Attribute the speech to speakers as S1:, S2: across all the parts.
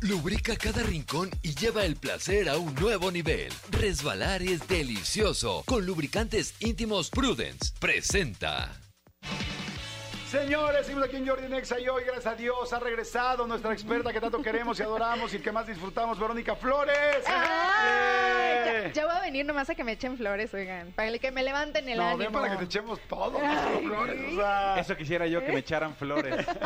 S1: Lubrica cada rincón y lleva el placer a un nuevo nivel. Resbalar es delicioso con lubricantes íntimos Prudence. Presenta.
S2: Señores, seguimos aquí en Jordi Nexa y hoy, gracias a Dios, ha regresado nuestra experta que tanto queremos y adoramos y que más disfrutamos, Verónica Flores.
S3: Ay, ya-
S2: ¡Eh!
S3: ya, voy a venir nomás a que me echen flores, oigan. Para que me levanten el
S2: no,
S3: ánimo.
S2: ven para que te echemos todo, Flores. O sea,
S4: Eso quisiera yo que me echaran flores.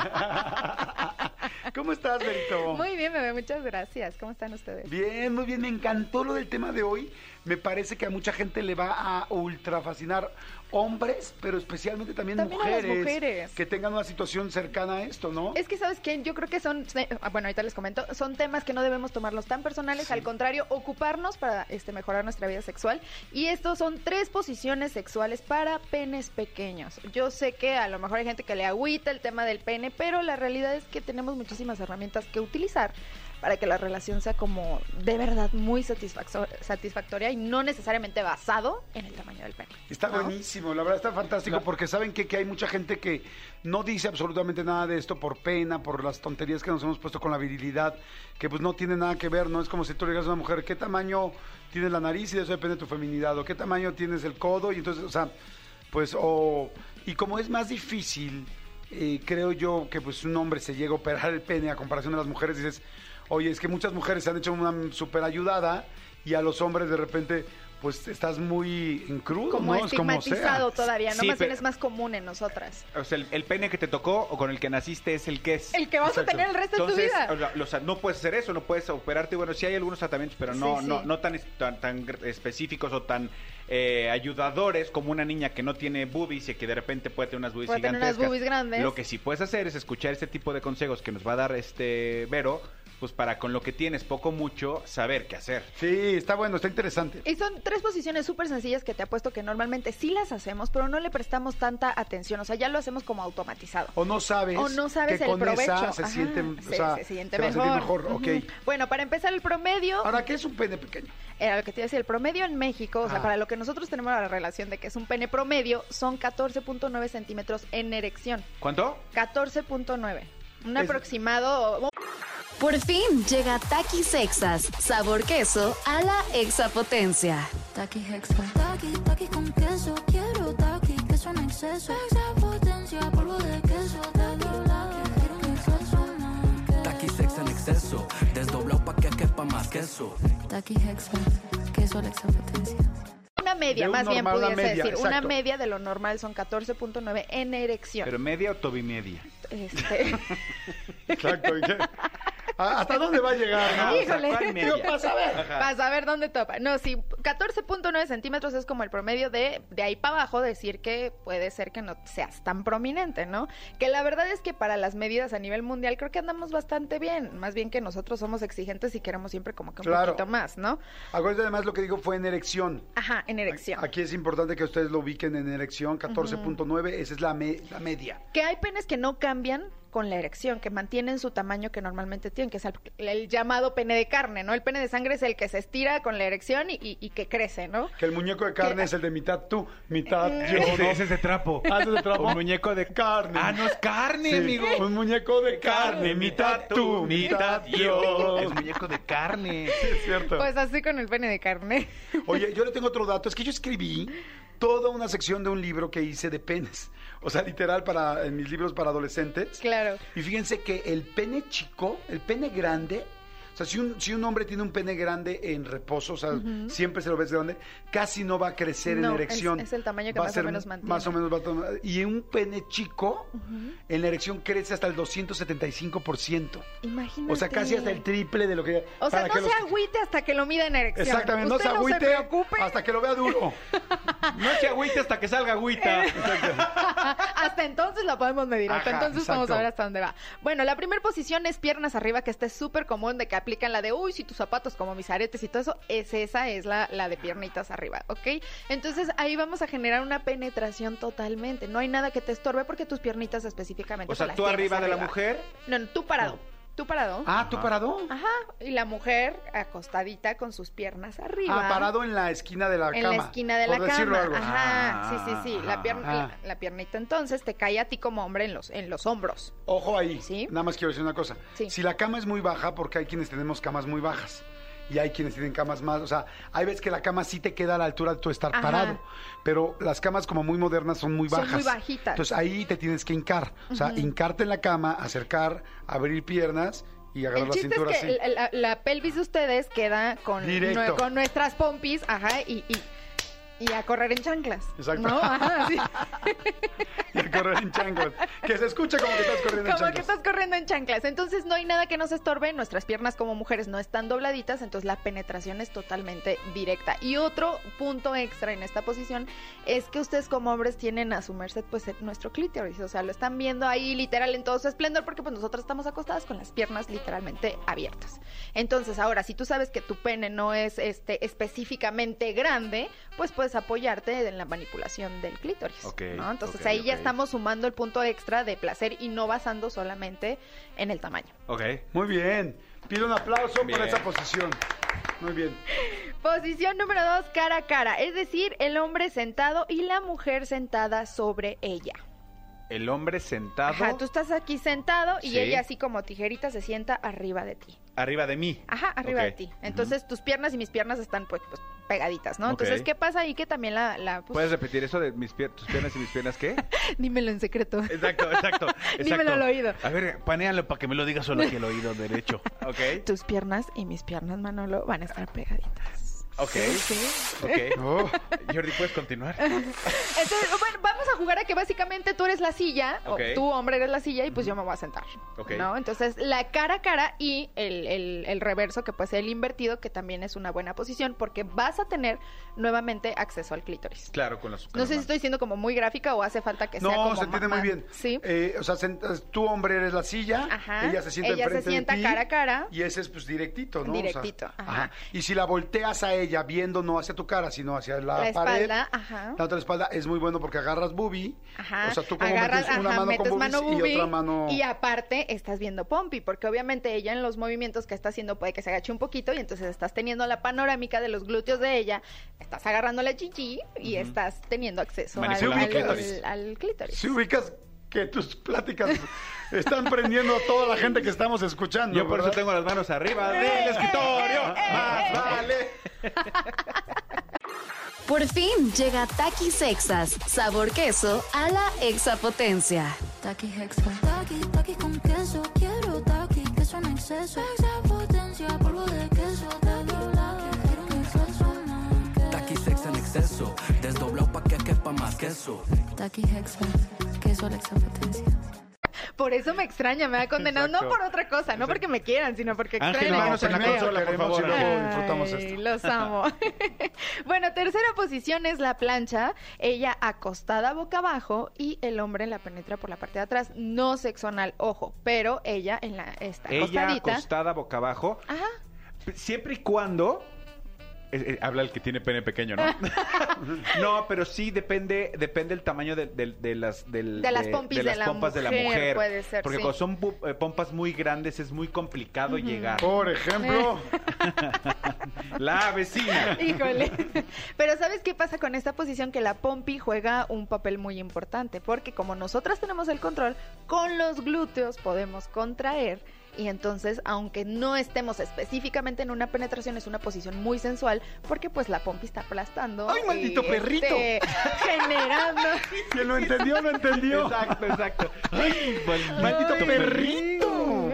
S2: ¿Cómo estás, Verito?
S3: Muy bien, bebé, muchas gracias. ¿Cómo están ustedes?
S2: Bien, muy bien, me encantó lo del tema de hoy. Me parece que a mucha gente le va a ultra fascinar hombres, pero especialmente también,
S3: También a las
S2: mujeres,
S3: mujeres.
S2: que tengan una situación cercana a esto, ¿no?
S3: Es que, ¿sabes qué? Yo creo que son, ah, bueno, ahorita les comento, son temas que no debemos tomarlos tan personales, al contrario, ocuparnos para este, mejorar nuestra vida sexual. Y estos son tres posiciones sexuales para penes pequeños. Yo sé que a lo mejor hay gente que le agüita el tema del pene, pero la realidad es que tenemos muchísimas herramientas que utilizar para que la relación sea como de verdad muy satisfacto- satisfactoria y no necesariamente basado en el tamaño del pene.
S2: Está
S3: ¿no?
S2: buenísimo, la verdad está fantástico porque saben que, que hay mucha gente que no dice absolutamente nada de esto por pena, por las tonterías que nos hemos puesto con la virilidad, que pues no tiene nada que ver, ¿no? Es como si tú le digas a una mujer, ¿qué tamaño tiene la nariz? Y de eso depende de tu feminidad, o qué tamaño tienes el codo, y entonces, o sea, pues, o... Y como es más difícil, eh, creo yo que pues un hombre se llega a operar el pene a comparación de las mujeres, dices, oye, es que muchas mujeres se han hecho una super ayudada y a los hombres de repente pues estás muy en crudo,
S3: Como
S2: ¿no? Es como
S3: estigmatizado
S2: sea.
S3: todavía, ¿no?
S4: Sí,
S3: más bien
S4: pero-
S3: es más común en nosotras.
S4: O sea, el, el pene que te tocó o con el que naciste es el que es.
S3: El que vas a
S2: Exacto.
S3: tener el resto de
S4: Entonces,
S3: tu vida.
S4: o sea, o sea, no puedes hacer eso, no puedes operarte. Bueno, sí hay algunos tratamientos, pero no,
S3: Sí, sí.
S4: no, no tan, es- tan, tan específicos o tan eh, ayudadores como una niña que no tiene boobies y que de repente puede tener unas boobies
S3: Puede tener unas
S4: gigantescas.
S3: boobies grandes.
S4: Lo que sí puedes hacer es escuchar este tipo de consejos que nos va a dar este Vero, pues para con lo que tienes poco o mucho saber qué hacer.
S2: Sí, está bueno, está interesante.
S3: Y son tres posiciones súper sencillas que te apuesto que normalmente sí las hacemos, pero no le prestamos tanta atención. O sea, ya lo hacemos como automatizado.
S2: O no sabes,
S3: O no sabes
S2: que
S3: el
S2: con
S3: provecho.
S2: esa se
S3: Ajá,
S2: siente, o
S3: se-
S2: sea,
S3: se siente
S2: te va a sentir mejor, ok.
S3: Ujú. Bueno, para empezar, el promedio.
S2: Ahora, ¿qué es un pene pequeño?
S3: Era lo que te iba a decir, el promedio en México, o sea,
S2: Ah.
S3: para lo que nosotros tenemos la relación de que es un pene promedio, son 14.9 centímetros en erección.
S4: ¿Cuánto?
S3: 14.9. Un
S2: Es-
S3: aproximado, o-
S5: Por fin llega Taqui Sexas, sabor queso a la exapotencia.
S6: Taqui Hexa. Taqui, taqui con queso. Quiero taqui, queso en exceso. Extra potencia, polvo de queso. Taqui, taqui, quiero un exceso más.
S7: Taqui sex en exceso, desdoblado pa' que quepa más queso.
S6: Taqui Hexa. Queso a la extra potencia.
S3: Una media,
S2: De un
S3: más bien
S2: normal, una
S3: pudiese
S2: media,
S3: decir. Una
S2: exacto.
S3: media de lo normal son 14.9 en erección.
S4: ¿Pero media o tobimedia?
S3: Este,
S2: Exacto, ¿y qué? ¿A- ¿Hasta dónde va a llegar? no?
S3: Híjole. pues,
S4: ¿cuál media?
S2: Digo, para saber.
S3: para saber dónde topa. No, sí, 14.9 centímetros es como el promedio de, de ahí para abajo, decir que puede ser que no seas tan prominente, ¿no? Que la verdad es que para las medidas a nivel mundial creo que andamos bastante bien. Más bien que nosotros somos exigentes y queremos siempre como que un
S2: Claro.
S3: poquito más, ¿no?
S2: Acuérdate además lo que digo fue en erección.
S3: Ajá, en erección.
S2: Aquí es importante que ustedes lo ubiquen en erección 14.9, esa es la, me- la media.
S3: Que hay penes que no cambian con la erección, que mantienen su tamaño que normalmente tienen, que es el, el llamado pene de carne, ¿no? El pene de sangre es el que se estira con la erección y, y- y que crece, ¿no?
S2: Que el muñeco de carne
S3: Que- Mm.
S2: es el de mitad tú, mitad yo.
S4: Ese,
S2: ¿no?
S4: ese es de trapo.
S2: Ah, ese es de trapo.
S4: Un muñeco de
S2: Carne.
S4: Ah, no es carne,
S2: Sí,
S4: amigo.
S2: Un muñeco de carne, mitad tú, mitad yo.
S4: Es muñeco de carne.
S2: Es cierto.
S3: Pues así con el pene de carne.
S2: Oye, yo le tengo otro dato. Es que yo escribí toda una sección de un libro que hice de penes. O sea, literal, para, en mis libros para adolescentes.
S3: Claro.
S2: Y fíjense que el pene chico, el pene grande, o sea, si un, si un hombre tiene un pene grande en reposo, o sea, siempre se lo ves grande, casi no va a crecer
S3: No,
S2: en
S3: es-
S2: erección.
S3: es el tamaño que
S2: Va a
S3: más o
S2: ser
S3: menos mantiene.
S2: Más o menos va a tomar- Y un pene chico, en la erección crece hasta el 275%.
S3: Imagínate.
S2: O sea, casi hasta el triple de lo que...
S3: O sea,
S2: para
S3: no
S2: que
S3: se
S2: los-
S3: agüite hasta que lo mida en erección.
S2: Exactamente, no
S3: Usted
S2: se agüite
S3: preocupe.
S2: hasta que lo vea duro.
S4: No se agüite hasta que salga agüita.
S2: Exacto.
S3: hasta entonces la podemos medir. Hasta
S2: Ajá,
S3: entonces vamos
S2: exacto.
S3: a ver hasta dónde va. Bueno, la primera posición es piernas arriba, que esta es súper común de que aplican la de, uy, si tus zapatos como mis aretes y todo eso, es esa, es la, la de piernitas arriba, ¿ok? Entonces ahí vamos a generar una penetración totalmente. No hay nada que te estorbe porque tus piernitas específicamente.
S4: O
S3: son
S4: sea,
S3: las
S4: tú
S3: piernas
S4: arriba de la mujer.
S3: No, no, tú parado. Tú parado.
S2: Ah, ¿tú parado?
S3: Ajá. Y la mujer acostadita con sus piernas arriba.
S2: Ah, parado en la esquina de la
S3: En
S2: cama.
S3: la esquina de
S2: por
S3: la
S2: decirlo
S3: cama.
S2: algo.
S3: Ajá, sí, sí, sí.
S4: Ah,
S3: La, pierna,
S2: ajá.
S3: la, la piernita entonces te cae a ti como hombre en los, en los hombros.
S2: Ojo ahí.
S3: Sí.
S2: Nada más quiero decir una cosa.
S3: Sí.
S2: Si la cama es muy baja, porque hay quienes tenemos camas muy bajas. Y hay quienes tienen camas más, o sea, hay veces que la cama sí te queda a la altura de tu estar
S3: Ajá.
S2: parado, pero las camas como muy modernas son muy
S3: Son
S2: bajas.
S3: muy bajitas.
S2: Entonces ahí te tienes que hincar, o sea, hincarte en la cama, acercar, abrir piernas y agarrar
S3: El
S2: la
S3: chiste es
S2: cintura
S3: que
S2: así.
S3: el- la, la pelvis de ustedes queda con,
S2: Directo.
S3: nue- con nuestras pompis, ajá, y, y, y a correr en chanclas.
S2: Exacto.
S3: ¿No? Ajá, sí.
S2: Y a correr en chanclas. Que se escucha como que estás corriendo en
S3: Como que
S2: chanclas.
S3: estás corriendo en chanclas. Entonces no hay nada que nos estorbe. Nuestras piernas como mujeres no están dobladitas, entonces la penetración es totalmente directa. Y otro punto extra en esta posición es que ustedes como hombres tienen a su merced pues nuestro clítoris. O sea, lo están viendo ahí literal en todo su esplendor porque pues nosotras estamos acostadas con las piernas literalmente abiertas. Entonces ahora, si tú sabes que tu pene no es este específicamente grande, pues puedes apoyarte en la manipulación del clítoris.
S4: Ok,
S3: ¿no? Entonces
S4: ok,
S3: ahí ya
S4: ok.
S3: estamos estamos sumando el punto extra de placer y no basando solamente en el tamaño.
S4: Ok.
S2: Muy bien. Pido un aplauso
S4: Bien.
S2: por esa posición. Muy bien.
S3: Posición número dos, cara a cara, es decir, el hombre sentado y la mujer sentada sobre ella.
S4: El hombre sentado
S3: Ajá, tú estás aquí sentado y
S4: Sí.
S3: ella así como tijerita se sienta arriba de ti.
S4: arriba de mí.
S3: Ajá, arriba
S4: Ok.
S3: de ti. Entonces tus piernas y mis piernas están pues, pues, pegaditas, ¿no?
S4: Ok.
S3: Entonces, ¿qué pasa ahí que también la... la pues,
S4: ¿Puedes repetir eso de mis pier- tus piernas y mis piernas qué?
S3: Dímelo en secreto.
S4: Exacto, exacto. exacto.
S3: Dímelo al oído.
S8: A ver, panealo para que me lo digas solo aquí el oído derecho.
S4: Ok,
S3: Tus piernas y mis piernas, Manolo, van a estar pegaditas.
S4: ok, ok.
S2: Oh.
S4: Jordi, ¿puedes continuar?
S3: Entonces, bueno, vamos a jugar a que básicamente tú eres la silla,
S4: Ok.
S3: o tú hombre eres la silla, y pues yo me voy a sentar.
S4: Ok.
S3: ¿No? Entonces, la cara a cara y el, el- el reverso, que puede ser el invertido, que también es una buena posición, porque vas a tener nuevamente acceso al clítoris.
S4: Claro, con los... con
S3: No
S4: las
S3: sé si
S4: manos.
S3: estoy siendo como muy gráfica o hace falta que sea.
S2: No,
S3: como
S2: se entiende
S3: más-
S2: muy bien.
S3: Sí.
S2: Eh, o sea, sent- tú, hombre, eres la silla.
S3: Ajá.
S2: Ella se sienta
S3: Ella se
S2: enfrente de
S3: sienta
S2: ti,
S3: cara a cara.
S2: Y ese es, pues, directito, ¿no? O sea,
S3: Directito, ajá.
S2: Y si la volteas a ella viendo no hacia tu cara, sino hacia la,
S3: La
S2: pared,
S3: espalda, ajá.
S2: La otra espalda es muy bueno porque agarras boobie.
S3: Ajá.
S2: O sea, tú como
S3: agarras,
S2: metes una
S3: ajá,
S2: mano
S3: metes
S2: con boobies
S3: mano
S2: y
S3: boobie,
S2: otra mano...
S3: y aparte estás viendo Pompi, porque obviamente ella en los movimientos que está haciendo puede que se agache un poquito y entonces estás teniendo la panorámica de los glúteos de ella, estás agarrando la chichi y estás teniendo acceso al,
S4: Manipulando
S3: al-
S4: el
S3: al-
S4: clítoris.
S3: al clítoris.
S2: Si ubicas que tus pláticas están prendiendo a toda la gente que estamos escuchando,
S4: Yo por eso
S2: ¿verdad?
S4: tengo las manos arriba
S3: Eh,
S4: del escritorio. Ah. Más vale.
S5: Por fin llega Takis Exas, sabor queso a la exapotencia.
S6: Taki Hexa. Taki, taki con queso. Quiero taki, queso en exceso. Extra potencia, polvo de queso. Taki, taki, quiero un exceso más.
S7: Taqui sex en exceso, desdoblado pa' que quepa más queso.
S6: Taki Hexa. Queso la extra potencia.
S3: Por eso me extraña, me ha condenado, no
S4: Exacto.
S3: por otra cosa, no porque me quieran, sino porque
S8: Ángel,
S3: extraña.
S8: manos en la
S2: Primero
S8: consola, por
S2: queremos
S8: favor.
S2: y luego disfrutamos
S3: Ay,
S2: esto.
S3: Los amo. bueno, tercera posición es la plancha. Ella acostada boca abajo y el hombre la penetra por la parte de atrás. No sexo anal, ojo, pero ella en la está
S4: Ella
S3: acostadita.
S4: acostada boca abajo.
S3: Ajá.
S4: Siempre y cuando. eh, eh, habla el que tiene pene pequeño, ¿no? no, pero sí depende depende el tamaño de, de- de las del-
S3: De las pompis de la
S4: pompas de la
S3: mujer,
S4: mujer.
S3: puede ser,
S4: porque
S3: sí.
S4: cuando son bu- eh, pompas muy grandes es muy complicado llegar.
S2: Por ejemplo,
S3: Eh.
S4: La vecina.
S3: Híjole. Pero ¿sabes qué pasa con esta posición? Que la pompi juega un papel muy importante, porque como nosotras tenemos el control, con los glúteos podemos contraer. Y entonces, aunque no estemos específicamente en una penetración, es una posición muy sensual, porque pues la pompi está aplastando.
S2: ¡Ay,
S3: y,
S2: maldito
S3: este,
S2: perrito!
S3: generando.
S2: quien lo entendió, lo entendió. Exacto, exacto. maldito
S3: Ay.
S2: perrito.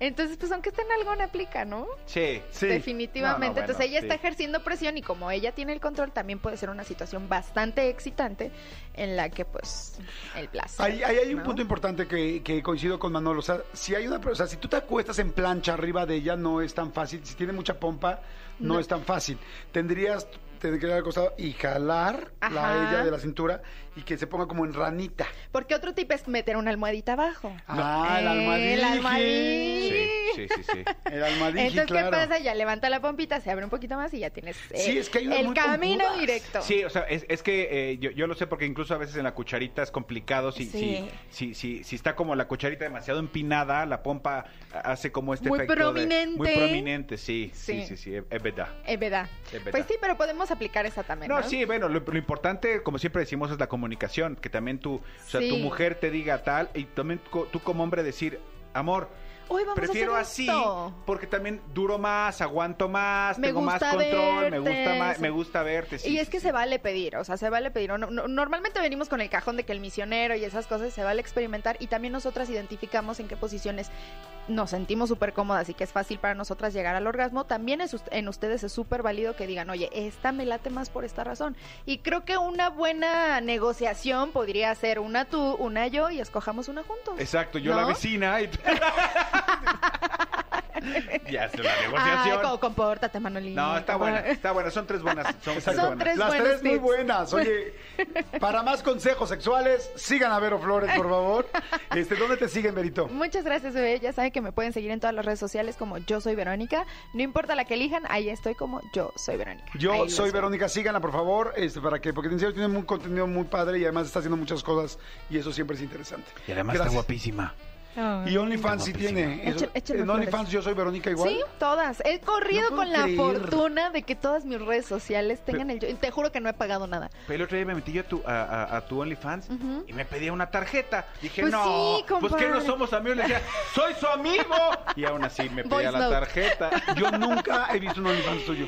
S3: Entonces, pues aunque esté en algo, no aplica, ¿no?
S4: Sí.
S2: Sí.
S3: Definitivamente.
S4: No, no,
S3: Entonces
S4: bueno,
S3: ella está
S4: sí.
S3: ejerciendo presión y como ella tiene el control, también puede ser una situación bastante excitante en la que pues el placer.
S2: Ahí, ahí hay un
S3: ¿no?
S2: punto importante que, que coincido con Manolo. O sea, si hay una, o sea, si tú te acuestas en plancha arriba de ella, no es tan fácil. Si tiene mucha pompa, no, es tan fácil. Tendrías tener que ir al costado y jalar la
S3: Ajá.
S2: ella de la cintura y que se ponga como en ranita.
S3: Porque otro tip es meter una almohadita abajo.
S2: Ah, el
S3: Eh,
S2: almohadije.
S3: El almohadije.
S4: Sí, sí, sí, sí.
S2: El almohadije,
S3: Entonces,
S2: claro.
S3: ¿qué pasa? Ya levanta la pompita, se abre un poquito más y ya tienes eh,
S2: Sí, es que hay unas
S3: el
S2: muy
S3: camino
S2: pompudas.
S3: directo.
S4: Sí, o sea, es, es que eh, yo, yo lo sé porque incluso a veces en la cucharita es complicado. Si,
S3: Sí.
S4: si, si, si, si está como la cucharita demasiado empinada, la pompa hace como este
S3: Muy
S4: efecto. de- muy
S3: prominente.
S4: prominente, sí. Sí,
S3: Sí.
S4: sí, sí, es- es verdad.
S3: Es verdad.
S4: Es verdad.
S3: Pues sí, pero podemos aplicar esa también. No,
S4: No, sí, bueno, lo, lo importante, como siempre decimos, es la comunicación. Que también tu, o sea, tu
S3: Sí.
S4: mujer te diga tal y también co- tú como hombre decir, amor,
S3: Hoy vamos
S4: prefiero
S3: a hacer
S4: así
S3: esto.
S4: porque también duro más, aguanto más,
S3: Me
S4: tengo más
S3: gusta
S4: control, me gusta
S3: verte,
S4: más,
S3: sí.
S4: me gusta verte. sí,
S3: y es
S4: sí,
S3: que
S4: sí.
S3: se vale pedir, o sea, se vale pedir. o no- no- normalmente venimos con el cajón de que el misionero y esas cosas se vale experimentar y también nosotras identificamos en qué posiciones nos sentimos súper cómodas y que es fácil para nosotras llegar al orgasmo. También es, us- en ustedes es súper válido que digan, oye, esta me late más por esta razón. Y creo que una buena negociación podría ser una tú, una yo y escojamos una juntos.
S4: Exacto, yo la
S3: ¿No?
S4: vecina y... ya es la
S3: Ay,
S4: negociación.
S3: co- compórtate, Manolín.
S4: no, está buena, está buena, son tres buenas. Son, tres
S2: Exacto.
S3: Son
S4: buenas.
S3: tres
S2: Las
S3: buenos
S2: tres muy
S3: tips.
S2: buenas. Oye, para más consejos sexuales, sigan a Vero Flores, por favor. Este, ¿Dónde te siguen, Verito?
S3: Muchas gracias, bebé. Ya saben que me pueden seguir en todas las redes sociales como Yo Soy Verónica. No importa la que elijan, ahí estoy como Yo Soy Verónica. Ahí
S2: Yo
S3: los
S2: soy
S3: veo.
S2: Verónica, síganla por favor, este, para que, porque en serio tiene un contenido muy padre y además está haciendo muchas cosas y eso siempre es interesante.
S8: Y además está
S2: Gracias.
S8: guapísima.
S2: Y OnlyFans sí
S8: guapísima.
S2: tiene. eso-
S3: Échale- échale
S2: en
S3: flores.
S2: OnlyFans yo soy Verónica igual.
S3: Sí, todas. He corrido
S2: No puedo
S3: con la
S2: creer.
S3: fortuna de que todas mis redes sociales tengan el yo. Te juro que no he pagado nada.
S4: Pero Pues, el otro día me metí yo a tu, a, a- a tu OnlyFans
S3: Ujú.
S4: y me pedía una tarjeta. Dije,
S3: Pues
S4: no,
S3: sí,
S4: pues que no
S3: compadre.
S4: somos amigos. Le decía, soy su amigo. Y aún así me pedía
S3: Voice
S4: la
S3: note.
S4: tarjeta.
S2: Yo nunca he visto un OnlyFans tuyo.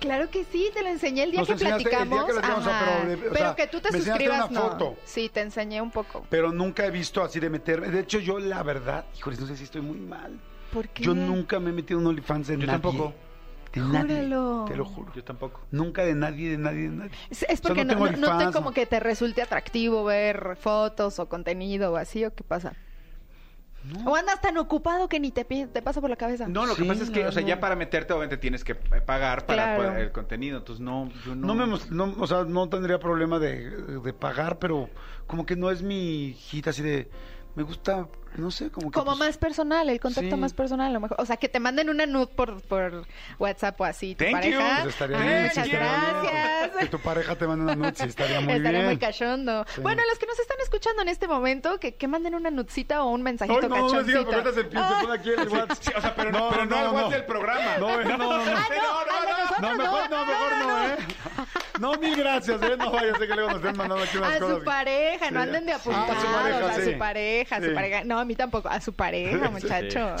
S3: Claro que sí, te lo enseñé el día
S2: Nos
S3: que
S2: enseñaste el día que
S3: platicamos.
S2: platicamos,
S3: Ajá.
S2: pero le- o
S3: pero
S2: sea,
S3: que tú te
S2: me enseñaste una
S3: suscribas, no.
S2: foto.
S3: Sí, te enseñé un poco.
S2: Pero nunca he visto así de meterme. De hecho, yo la verdad, híjoles, no sé si estoy muy mal.
S3: ¿Por qué?
S2: Yo nunca me he metido en OnlyFans de
S4: Yo
S2: nadie.
S4: tampoco.
S2: De nadie,
S3: Júralo.
S2: Te lo juro.
S4: Yo tampoco.
S2: Nunca de nadie, de nadie, de nadie.
S3: Es, es
S2: O sea,
S3: porque
S2: no
S3: no,
S2: tengo
S3: no- no te
S2: OnlyFans,
S3: como
S2: no.
S3: que te resulte atractivo ver fotos o contenido o así o qué pasa. O andas tan ocupado que ni te, pi- te pasa por la cabeza.
S4: No, lo que
S2: Sí,
S4: pasa es que, o sea,
S2: no,
S4: ya
S2: no.
S4: para meterte, obviamente tienes que eh, pagar para
S3: Claro.
S4: poder- el contenido. Entonces, no, yo no.
S2: No me, mos- no, o sea, no tendría problema de, de pagar, pero como que no es mi hijita así de, me gusta, no sé, como que...
S3: Como
S2: pues,
S3: más personal, el contacto
S2: sí.
S3: más personal a lo mejor. O sea, que te manden una nude por, por WhatsApp o así. tu
S4: Thank you.
S3: pareja.
S2: pues estaría
S3: Ah,
S2: bien, Pues sí,
S3: muchas
S2: estaría bien. Que
S3: gracias.
S2: tu pareja te manda una noche, pues, estaría muy
S3: Estaría
S2: bien.
S3: muy cachondo.
S2: Sí.
S3: Bueno, los que nos están escuchando en este momento, que, que manden una nudcita o un mensajito
S2: Ay, no, no les digo,
S3: cachoncito.
S2: porque ahorita se empieza
S3: Ah.
S2: a poner aquí el WhatsApp.
S4: Sí, o sea, pero no, pero no, al WhatsApp del programa.
S2: No, eh, no, no, no.
S3: Ah, no, al de nosotros
S2: No, mejor no, mejor no, ¿eh? No, mil gracias, ¿eh? No, ya sé que luego nos están mandando aquí unas
S3: A
S2: cosas.
S3: su pareja, no
S2: Sí.
S3: anden de
S2: Ah, a su
S3: apuntados.
S2: pareja,
S3: a
S2: sí.
S3: su pareja, a su
S2: Sí.
S3: pareja. No, a mí tampoco. A su pareja, muchachos.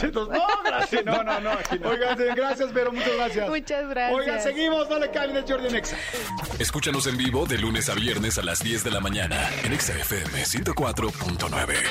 S2: Sí, entonces, no, gracias.
S4: No, no, no, aquí no.
S2: Oigan, sí, gracias, pero muchas gracias.
S3: Muchas gracias.
S2: Oigan, seguimos, no le cambien de Jordi Nexa.
S9: Escúchanos en vivo de lunes a viernes a las 10 de la mañana en Exa FM 104.9.